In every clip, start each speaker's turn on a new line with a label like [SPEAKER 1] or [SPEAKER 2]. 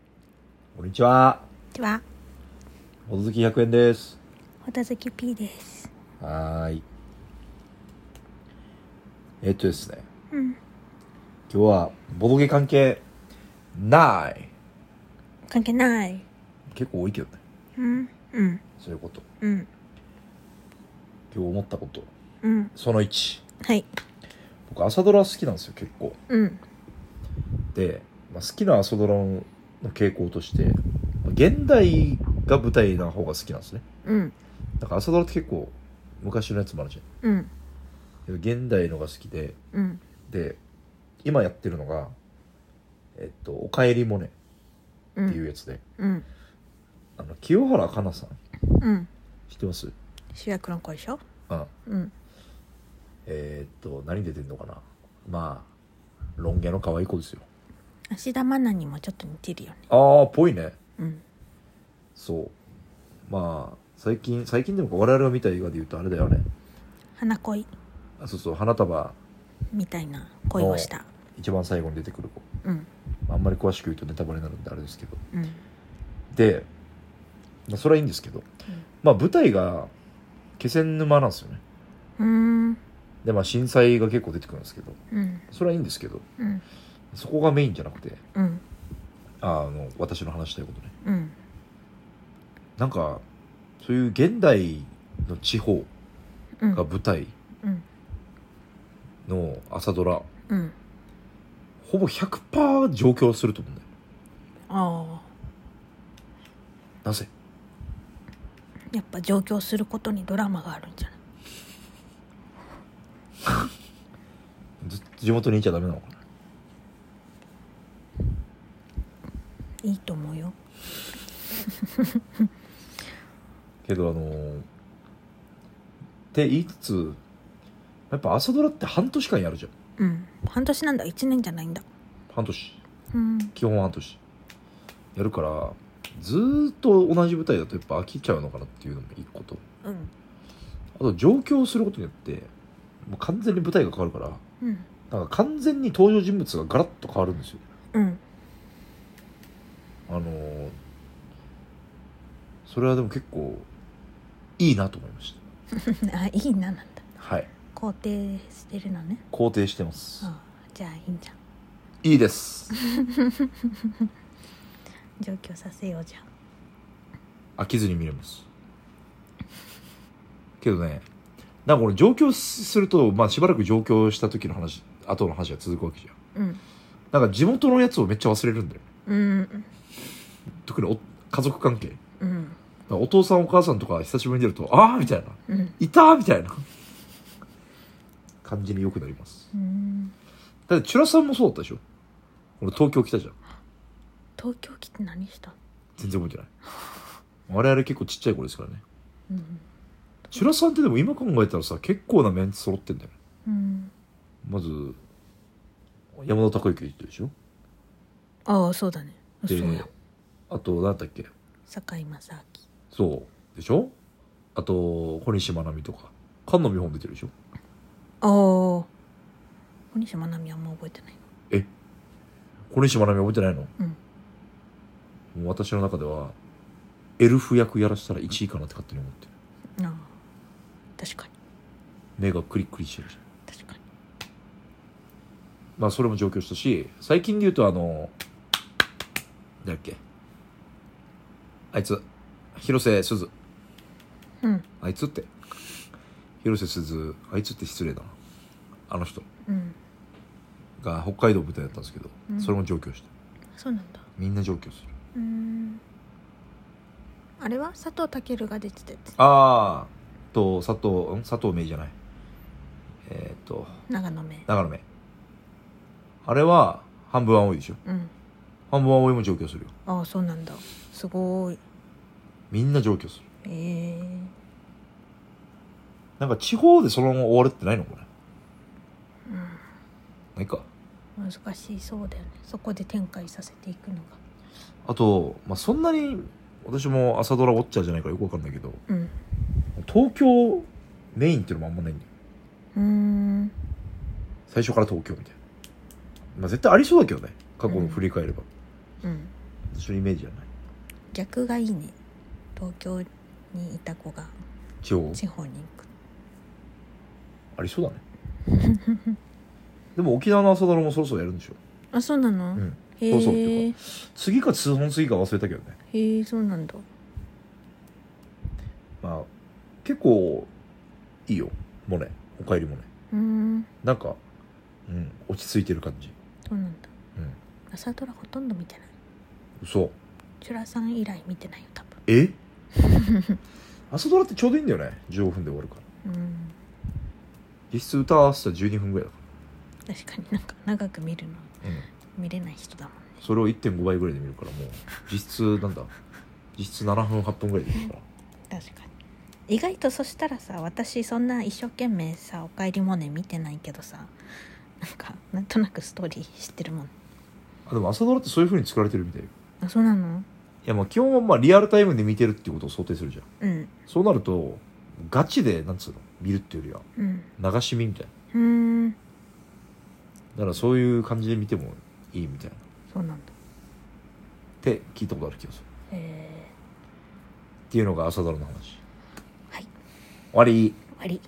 [SPEAKER 1] んにちは。
[SPEAKER 2] こんにちは、
[SPEAKER 1] ほずき100円です。
[SPEAKER 2] ほたずき P です。
[SPEAKER 1] はーい。えっとですね。
[SPEAKER 2] うん。
[SPEAKER 1] 今日は、ボドゲ関係、ない。
[SPEAKER 2] 関係ない。
[SPEAKER 1] 結構多いけどね。
[SPEAKER 2] うん。うん。
[SPEAKER 1] そういうこと。
[SPEAKER 2] うん。
[SPEAKER 1] 今日思ったこと。
[SPEAKER 2] うん。
[SPEAKER 1] その1。
[SPEAKER 2] はい。
[SPEAKER 1] 僕、朝ドラ好きなんですよ、結構。
[SPEAKER 2] うん。
[SPEAKER 1] で、まあ、好きな朝ドラの傾向として、まあ現代が舞台な方が好きなんですね。
[SPEAKER 2] うん。
[SPEAKER 1] だから朝ドラって結構、昔のやつもあるじゃ
[SPEAKER 2] うん。
[SPEAKER 1] ん。けど現代のが好きで、
[SPEAKER 2] うん。
[SPEAKER 1] で今やってるのが「えっと、おかえりモネ」
[SPEAKER 2] う。
[SPEAKER 1] っていうんやつで、
[SPEAKER 2] うん。
[SPEAKER 1] あの清原かなさん
[SPEAKER 2] うん。
[SPEAKER 1] 知ってます
[SPEAKER 2] 主役の子でしょ
[SPEAKER 1] うん
[SPEAKER 2] うん。
[SPEAKER 1] えーっと何出てんのかなまあロン毛の可愛い子ですよ
[SPEAKER 2] 芦田愛菜にもちょっと似てるよね。
[SPEAKER 1] ああぽいね
[SPEAKER 2] うん。
[SPEAKER 1] そうまあ最近最近でも我々が見た映画で言うとあれだよね
[SPEAKER 2] 花恋
[SPEAKER 1] あそうそう花束
[SPEAKER 2] みたいな恋をした。
[SPEAKER 1] 一番最後に出てくる子
[SPEAKER 2] うん。
[SPEAKER 1] あんまり詳しく言うとネタバレになるんであれですけど
[SPEAKER 2] うん。
[SPEAKER 1] で、まあ、それはいいんですけど、まあ舞台が気仙沼なんですよね
[SPEAKER 2] うーん。
[SPEAKER 1] でまあ震災が結構出てくるんですけど
[SPEAKER 2] うん。
[SPEAKER 1] それはいいんですけど
[SPEAKER 2] うん。
[SPEAKER 1] そこがメインじゃなくて
[SPEAKER 2] うん。
[SPEAKER 1] ああの私の話したいことね
[SPEAKER 2] うん。
[SPEAKER 1] なんかそういう現代の地方
[SPEAKER 2] うん。
[SPEAKER 1] が舞台
[SPEAKER 2] うん。
[SPEAKER 1] の朝ドラ
[SPEAKER 2] うん。
[SPEAKER 1] ほぼ100%上京すると思うんだよ
[SPEAKER 2] ああ。
[SPEAKER 1] なぜ
[SPEAKER 2] やっぱ上京することにドラマがあるんじゃない
[SPEAKER 1] ずっと地元にいちゃダメなのかない
[SPEAKER 2] いと思うよ。
[SPEAKER 1] けどあのーって言いつつやっぱ朝ドラって半年間やるじゃん
[SPEAKER 2] うん。半年なんだ。一年じゃないんだ。
[SPEAKER 1] 半年
[SPEAKER 2] うん。
[SPEAKER 1] 基本半年やるからずーっと同じ舞台だとやっぱ飽きちゃうのかなっていうのも一個と
[SPEAKER 2] うん。
[SPEAKER 1] あと上京することによってもう完全に舞台が変わるから
[SPEAKER 2] うん。
[SPEAKER 1] なんか完全に登場人物がガラッと変わるんですよ
[SPEAKER 2] うん。
[SPEAKER 1] あのーそれはでも結構いいなと思いました
[SPEAKER 2] あいいななんだ
[SPEAKER 1] はい
[SPEAKER 2] 肯定してるのね
[SPEAKER 1] 肯定してます
[SPEAKER 2] ああじゃあいいんじゃん
[SPEAKER 1] いいです
[SPEAKER 2] 上京させようじゃん
[SPEAKER 1] 飽きずに見れますけどねなんかこれ上京すると、まあ、しばらく上京した時の話後の話が続くわけじゃん
[SPEAKER 2] うん
[SPEAKER 1] なんか地元のやつをめっちゃ忘れるんだよ
[SPEAKER 2] うん
[SPEAKER 1] 特にお家族関係だか
[SPEAKER 2] うん
[SPEAKER 1] らお父さんお母さんとか久しぶりに出るとああみたいな
[SPEAKER 2] うん
[SPEAKER 1] いたみたいな感じによくなります
[SPEAKER 2] うん
[SPEAKER 1] だってチュラさんもそうだったでしょ俺東京来たじゃん
[SPEAKER 2] 東京来て何した
[SPEAKER 1] 全然覚えてない我々結構ちっちゃい子ですからね
[SPEAKER 2] うん
[SPEAKER 1] チュラさんってでも今考えたらさ結構なメンツ揃ってんだよね
[SPEAKER 2] うん
[SPEAKER 1] まず山田孝之でしょ
[SPEAKER 2] ああそうだね
[SPEAKER 1] で
[SPEAKER 2] そうや
[SPEAKER 1] あと何だったっけ
[SPEAKER 2] 堺正明
[SPEAKER 1] そうでしょあと小西真奈美とか菅野美穂も出てるでしょ
[SPEAKER 2] ああ小西真奈美あんま覚えてない
[SPEAKER 1] 小西真奈美覚えてないの、
[SPEAKER 2] うん
[SPEAKER 1] もう私の中ではエルフ役やらせたら1位かなって勝手に思ってる
[SPEAKER 2] ああ確かに
[SPEAKER 1] 目がクリックリしてるじゃん
[SPEAKER 2] 確かに
[SPEAKER 1] まあそれも上京したし最近で言うとあの誰だっけあいつ広瀬すず
[SPEAKER 2] うん
[SPEAKER 1] あいつって広瀬すずあいつって失礼だなあの人
[SPEAKER 2] うん
[SPEAKER 1] が北海道舞台だったんですけど、
[SPEAKER 2] うん
[SPEAKER 1] それも上京した
[SPEAKER 2] そうなんだ
[SPEAKER 1] みんな上京する
[SPEAKER 2] うんあれは佐藤健が出てたやつ
[SPEAKER 1] ああと佐藤ん佐藤芽衣じゃないえーっと
[SPEAKER 2] 長野め
[SPEAKER 1] 長野芽あれは半分青いでしょ
[SPEAKER 2] うん
[SPEAKER 1] 半分青いも上京するよ
[SPEAKER 2] ああそうなんだすごーい
[SPEAKER 1] みんな上京する
[SPEAKER 2] ええ
[SPEAKER 1] なんか地方でそのまま終わるってないのこれないか
[SPEAKER 2] 難しそうだよねそこで展開させていくのが
[SPEAKER 1] あと、まあ、そんなに私も朝ドラウォッチャーじゃないからよくわかんないけど
[SPEAKER 2] うん
[SPEAKER 1] 東京メインっていうのもあんまないんだよ
[SPEAKER 2] うーん
[SPEAKER 1] 最初から東京みたいな、まあ、絶対ありそうだけどね過去の振り返れば、
[SPEAKER 2] うん
[SPEAKER 1] 私のイメージじゃない
[SPEAKER 2] 逆がいいね東京にいた子が
[SPEAKER 1] 地方
[SPEAKER 2] 地方に行く
[SPEAKER 1] ありそうだねでも沖縄の朝ドラもそろそろやるんでしょ、
[SPEAKER 2] あそうなの、
[SPEAKER 1] うん、
[SPEAKER 2] へ
[SPEAKER 1] そうそうってい
[SPEAKER 2] え
[SPEAKER 1] 次か通本次か忘れたけどね
[SPEAKER 2] へえそうなんだ
[SPEAKER 1] まあ結構いいよモネおかえりモネ
[SPEAKER 2] うん
[SPEAKER 1] なんか、うん、落ち着いてる感じ
[SPEAKER 2] そうなんだ、
[SPEAKER 1] うん
[SPEAKER 2] 朝ドラほとんど見てない
[SPEAKER 1] 嘘
[SPEAKER 2] チュラさん以来見てないよ多分
[SPEAKER 1] え朝ドラってちょうどいいんだよね15分で終わるから
[SPEAKER 2] うん
[SPEAKER 1] 実質歌合わせたら12分ぐらいだか
[SPEAKER 2] 確かになんか長く見るの
[SPEAKER 1] ら、うん、
[SPEAKER 2] 見れない人だもんね
[SPEAKER 1] それを1.5倍ぐらいで見るからもう実質なんだ実質7分8分ぐらいで見るから
[SPEAKER 2] 確かに意外とそしたらさ私そんな一生懸命さ「おかえりモネ」見てないけどさなんかなんとなくストーリー知ってるもん
[SPEAKER 1] あでも朝ドラってそういう風に作られてるみたいよ
[SPEAKER 2] あそうなの
[SPEAKER 1] いやまあ基本はまあリアルタイムで見てるっていうことを想定するじゃん
[SPEAKER 2] うん
[SPEAKER 1] そうなるとガチでなんつうの見るっていうよ
[SPEAKER 2] うん
[SPEAKER 1] りは流し見みたいう
[SPEAKER 2] ーん
[SPEAKER 1] なだからそういう感じで見てもいいみたいなっ
[SPEAKER 2] そうなんだ
[SPEAKER 1] て聞いたことある気がする
[SPEAKER 2] え
[SPEAKER 1] っていうのが朝ドラの話
[SPEAKER 2] はい
[SPEAKER 1] 終わり
[SPEAKER 2] ー、終わり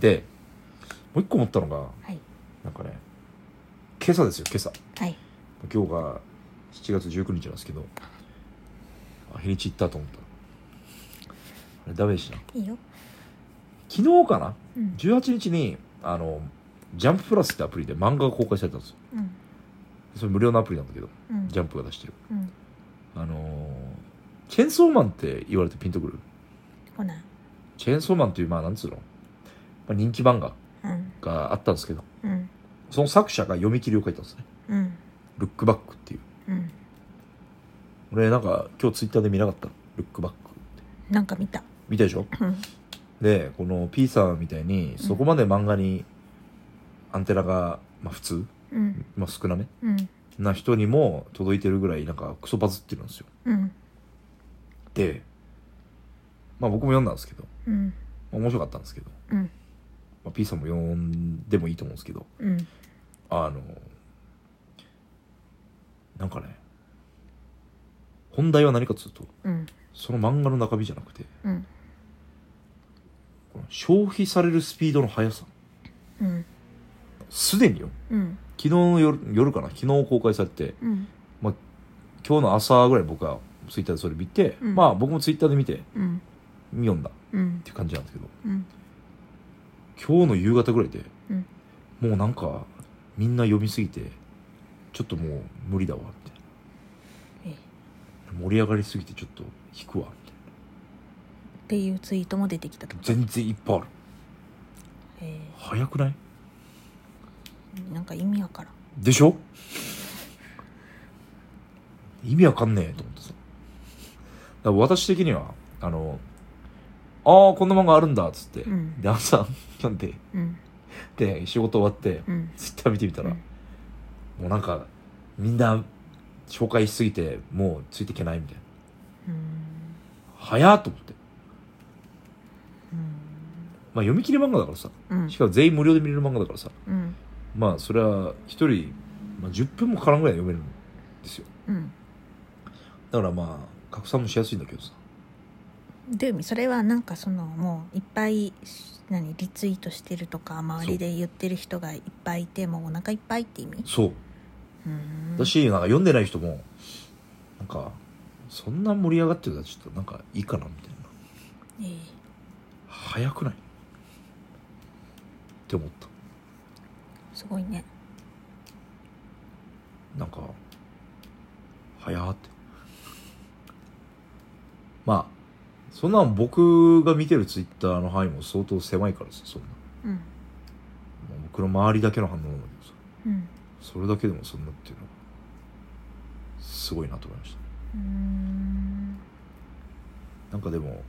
[SPEAKER 1] でもう一個思ったのが
[SPEAKER 2] はい
[SPEAKER 1] なんかね今朝ですよ今朝
[SPEAKER 2] はい
[SPEAKER 1] 今日が7月19日なんですけどあ日にち行ったと思ったあれダメでした
[SPEAKER 2] いいよ
[SPEAKER 1] 昨日かな
[SPEAKER 2] うん
[SPEAKER 1] 18日にあのジャンププラスってアプリで漫画が公開されたんですよ
[SPEAKER 2] うん
[SPEAKER 1] それ無料のアプリなんだけど
[SPEAKER 2] うん
[SPEAKER 1] ジャンプが出してる
[SPEAKER 2] うん
[SPEAKER 1] あのーチェーンソーマンって言われてピンとくる
[SPEAKER 2] ほな
[SPEAKER 1] チェーンソーマンというまあなんつうの、まあ、人気漫画
[SPEAKER 2] うん
[SPEAKER 1] があったんですけど
[SPEAKER 2] うん
[SPEAKER 1] その作者が読み切りを書いたんですね
[SPEAKER 2] うん
[SPEAKER 1] 「ルックバック」っていう
[SPEAKER 2] うん
[SPEAKER 1] 俺なんか今日ツイッターで見なかった「ルックバック」
[SPEAKER 2] なんか見た
[SPEAKER 1] 見たでしょ
[SPEAKER 2] うん
[SPEAKER 1] でこの P さんみたいにそこまで漫画にアンテナが、まあ、普通、
[SPEAKER 2] うん
[SPEAKER 1] まあ、少なめ
[SPEAKER 2] うん
[SPEAKER 1] な人にも届いてるぐらいなんかクソバズってるんですよ
[SPEAKER 2] うん
[SPEAKER 1] でまあ僕も読んだんですけど、
[SPEAKER 2] うん
[SPEAKER 1] まあ面白かったんですけど、
[SPEAKER 2] うん
[SPEAKER 1] まあ、P さんも読んでもいいと思うんですけど
[SPEAKER 2] うん
[SPEAKER 1] あのなんかね本題は何かというと
[SPEAKER 2] うん
[SPEAKER 1] その漫画の中身じゃなくて
[SPEAKER 2] うん
[SPEAKER 1] この消費されるスピードの速さ
[SPEAKER 2] うん
[SPEAKER 1] すでによ
[SPEAKER 2] うん
[SPEAKER 1] 昨日の夜夜かな昨日公開されて
[SPEAKER 2] うん
[SPEAKER 1] 今日の朝ぐらい僕はツイッターでそれ見て、
[SPEAKER 2] うん
[SPEAKER 1] まあ僕もツイッターで見て
[SPEAKER 2] うん
[SPEAKER 1] 見読んだっ
[SPEAKER 2] うん
[SPEAKER 1] ていう感じなんですけど
[SPEAKER 2] うん
[SPEAKER 1] 今日の夕方ぐらいで、
[SPEAKER 2] うん
[SPEAKER 1] もうなんかみんな読みすぎてちょっともう無理だわみたい
[SPEAKER 2] えー
[SPEAKER 1] な盛り上がりすぎてちょっと引くわみ
[SPEAKER 2] っていうツイートも出てきたってこと
[SPEAKER 1] たいな全然いっぱいある
[SPEAKER 2] え
[SPEAKER 1] 早くない
[SPEAKER 2] ーなんか意味わからん
[SPEAKER 1] でしょ意味わかんねえと思ってさだから私的にはあのああこんな漫画あるんだっつって、
[SPEAKER 2] うん
[SPEAKER 1] で朝読んで
[SPEAKER 2] うん
[SPEAKER 1] で仕事終わって
[SPEAKER 2] うん
[SPEAKER 1] ツイッター見てみたら、
[SPEAKER 2] うん
[SPEAKER 1] もうなんかみんな紹介しすぎてもうついていけないみたいな
[SPEAKER 2] うん
[SPEAKER 1] 早っと思って、
[SPEAKER 2] うん
[SPEAKER 1] まあ、読み切り漫画だからさ
[SPEAKER 2] うん
[SPEAKER 1] しかも全員無料で見れる漫画だからさ
[SPEAKER 2] うん
[SPEAKER 1] まあそれは一人、まあ、10分もかからんぐらいで読めるんですよ
[SPEAKER 2] うん
[SPEAKER 1] だからまあ拡散もしやすいんだけどさ
[SPEAKER 2] どういう意味それはなんかそのもういっぱいし何リツイートしてるとか周りで言ってる人がいっぱいいてもうお腹いっぱいって意味
[SPEAKER 1] そう
[SPEAKER 2] うん
[SPEAKER 1] だしなんか読んでない人もなんかそんな盛り上がってるらちょっとなんかいいかなみたいな
[SPEAKER 2] えー
[SPEAKER 1] 早くないって思った
[SPEAKER 2] すごいね
[SPEAKER 1] なんか早ーってまあそんなん僕が見てるツイッターの範囲も相当狭いからさそんな
[SPEAKER 2] うん
[SPEAKER 1] まあ僕の周りだけの反応なんだけどさ
[SPEAKER 2] うん
[SPEAKER 1] それだけでもそんなっていうのはすごいなと思いました
[SPEAKER 2] うん
[SPEAKER 1] なんかでも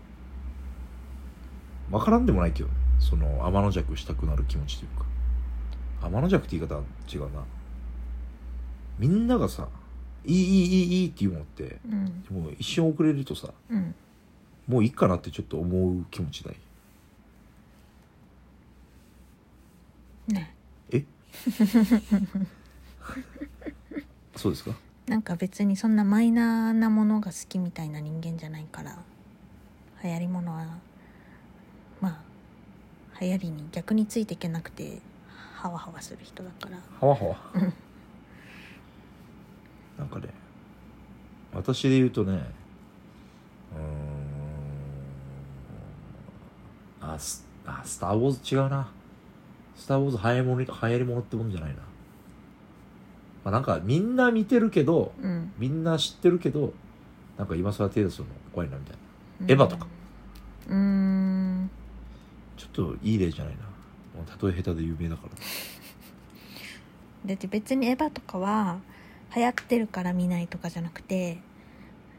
[SPEAKER 1] わからんでもないけどねその天の弱したくなる気持ちというか天の弱って言い方は違うなみんながさ「いいいいいいいい」っていうのって
[SPEAKER 2] うん
[SPEAKER 1] もう一瞬遅れるとさ
[SPEAKER 2] うん
[SPEAKER 1] もういいかなってちょっと思う気持ちない
[SPEAKER 2] ね
[SPEAKER 1] えそうですか
[SPEAKER 2] なんか別にそんなマイナーなものが好きみたいな人間じゃないから流行りものはまあ流行りに逆についていけなくてハワハワする人だから
[SPEAKER 1] はわはわ
[SPEAKER 2] うん
[SPEAKER 1] なんかね私で言うとねうーんあスあスター・ウォーズ違うなスター・ウォーズ流行りもの流行りものってもんじゃないな、まあ、なんかみんな見てるけど
[SPEAKER 2] うん、
[SPEAKER 1] みんな知ってるけどなんか今更手出すの怖いなみたいなエヴァとか
[SPEAKER 2] うーん
[SPEAKER 1] ちょっといい例じゃないなもう例え下手で有名だから
[SPEAKER 2] だって別にエヴァとかは流行ってるから見ないとかじゃなくて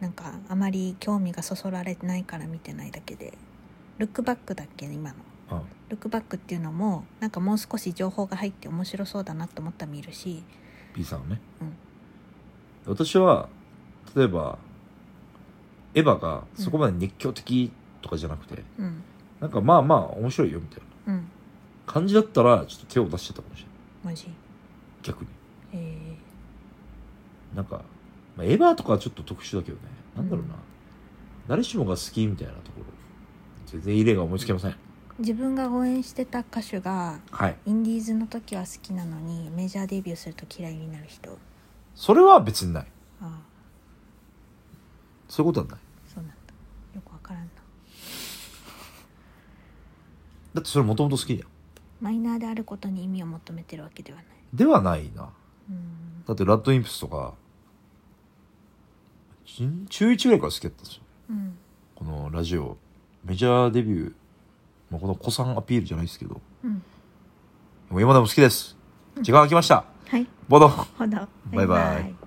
[SPEAKER 2] なんかあまり興味がそそられてないから見てないだけで「ルックバック」だっけ今の
[SPEAKER 1] あ
[SPEAKER 2] 「ルックバック」っていうのもなんかもう少し情報が入って面白そうだなと思ったら見るし
[SPEAKER 1] B さんね、
[SPEAKER 2] うん
[SPEAKER 1] 私は例えばエヴァがそこまで熱狂的とかじゃなくて、
[SPEAKER 2] うん
[SPEAKER 1] なんかまあまあ面白いよみたいな
[SPEAKER 2] うん
[SPEAKER 1] 感じだったらちょっと手を出してたかもしれない
[SPEAKER 2] マジ
[SPEAKER 1] 逆に
[SPEAKER 2] え
[SPEAKER 1] なんか、まあ、エヴァとかはちょっと特殊だけどねなんだろうな、
[SPEAKER 2] うん
[SPEAKER 1] 誰しもが好きみたいなところ全然いい例が思いつきません、
[SPEAKER 2] ー自分が応援してた歌手が
[SPEAKER 1] はい
[SPEAKER 2] インディーズの時は好きなのにメジャーデビューすると嫌いになる人
[SPEAKER 1] それは別にない
[SPEAKER 2] ああ
[SPEAKER 1] そういうことはない
[SPEAKER 2] そうなんだよくわからんな
[SPEAKER 1] だってそれもともと好きだよ
[SPEAKER 2] マイナーであることに意味を求めてるわけではない
[SPEAKER 1] ではないな
[SPEAKER 2] うん
[SPEAKER 1] だってラッドインプスとか中中1ぐらいから好きだったんですよ
[SPEAKER 2] うん
[SPEAKER 1] このラジオメジャーデビュー、まあ、この子さんアピールじゃないですけど
[SPEAKER 2] うん
[SPEAKER 1] もう今でも好きです時間が来ました
[SPEAKER 2] はい
[SPEAKER 1] ボドン
[SPEAKER 2] ほど
[SPEAKER 1] バイバイ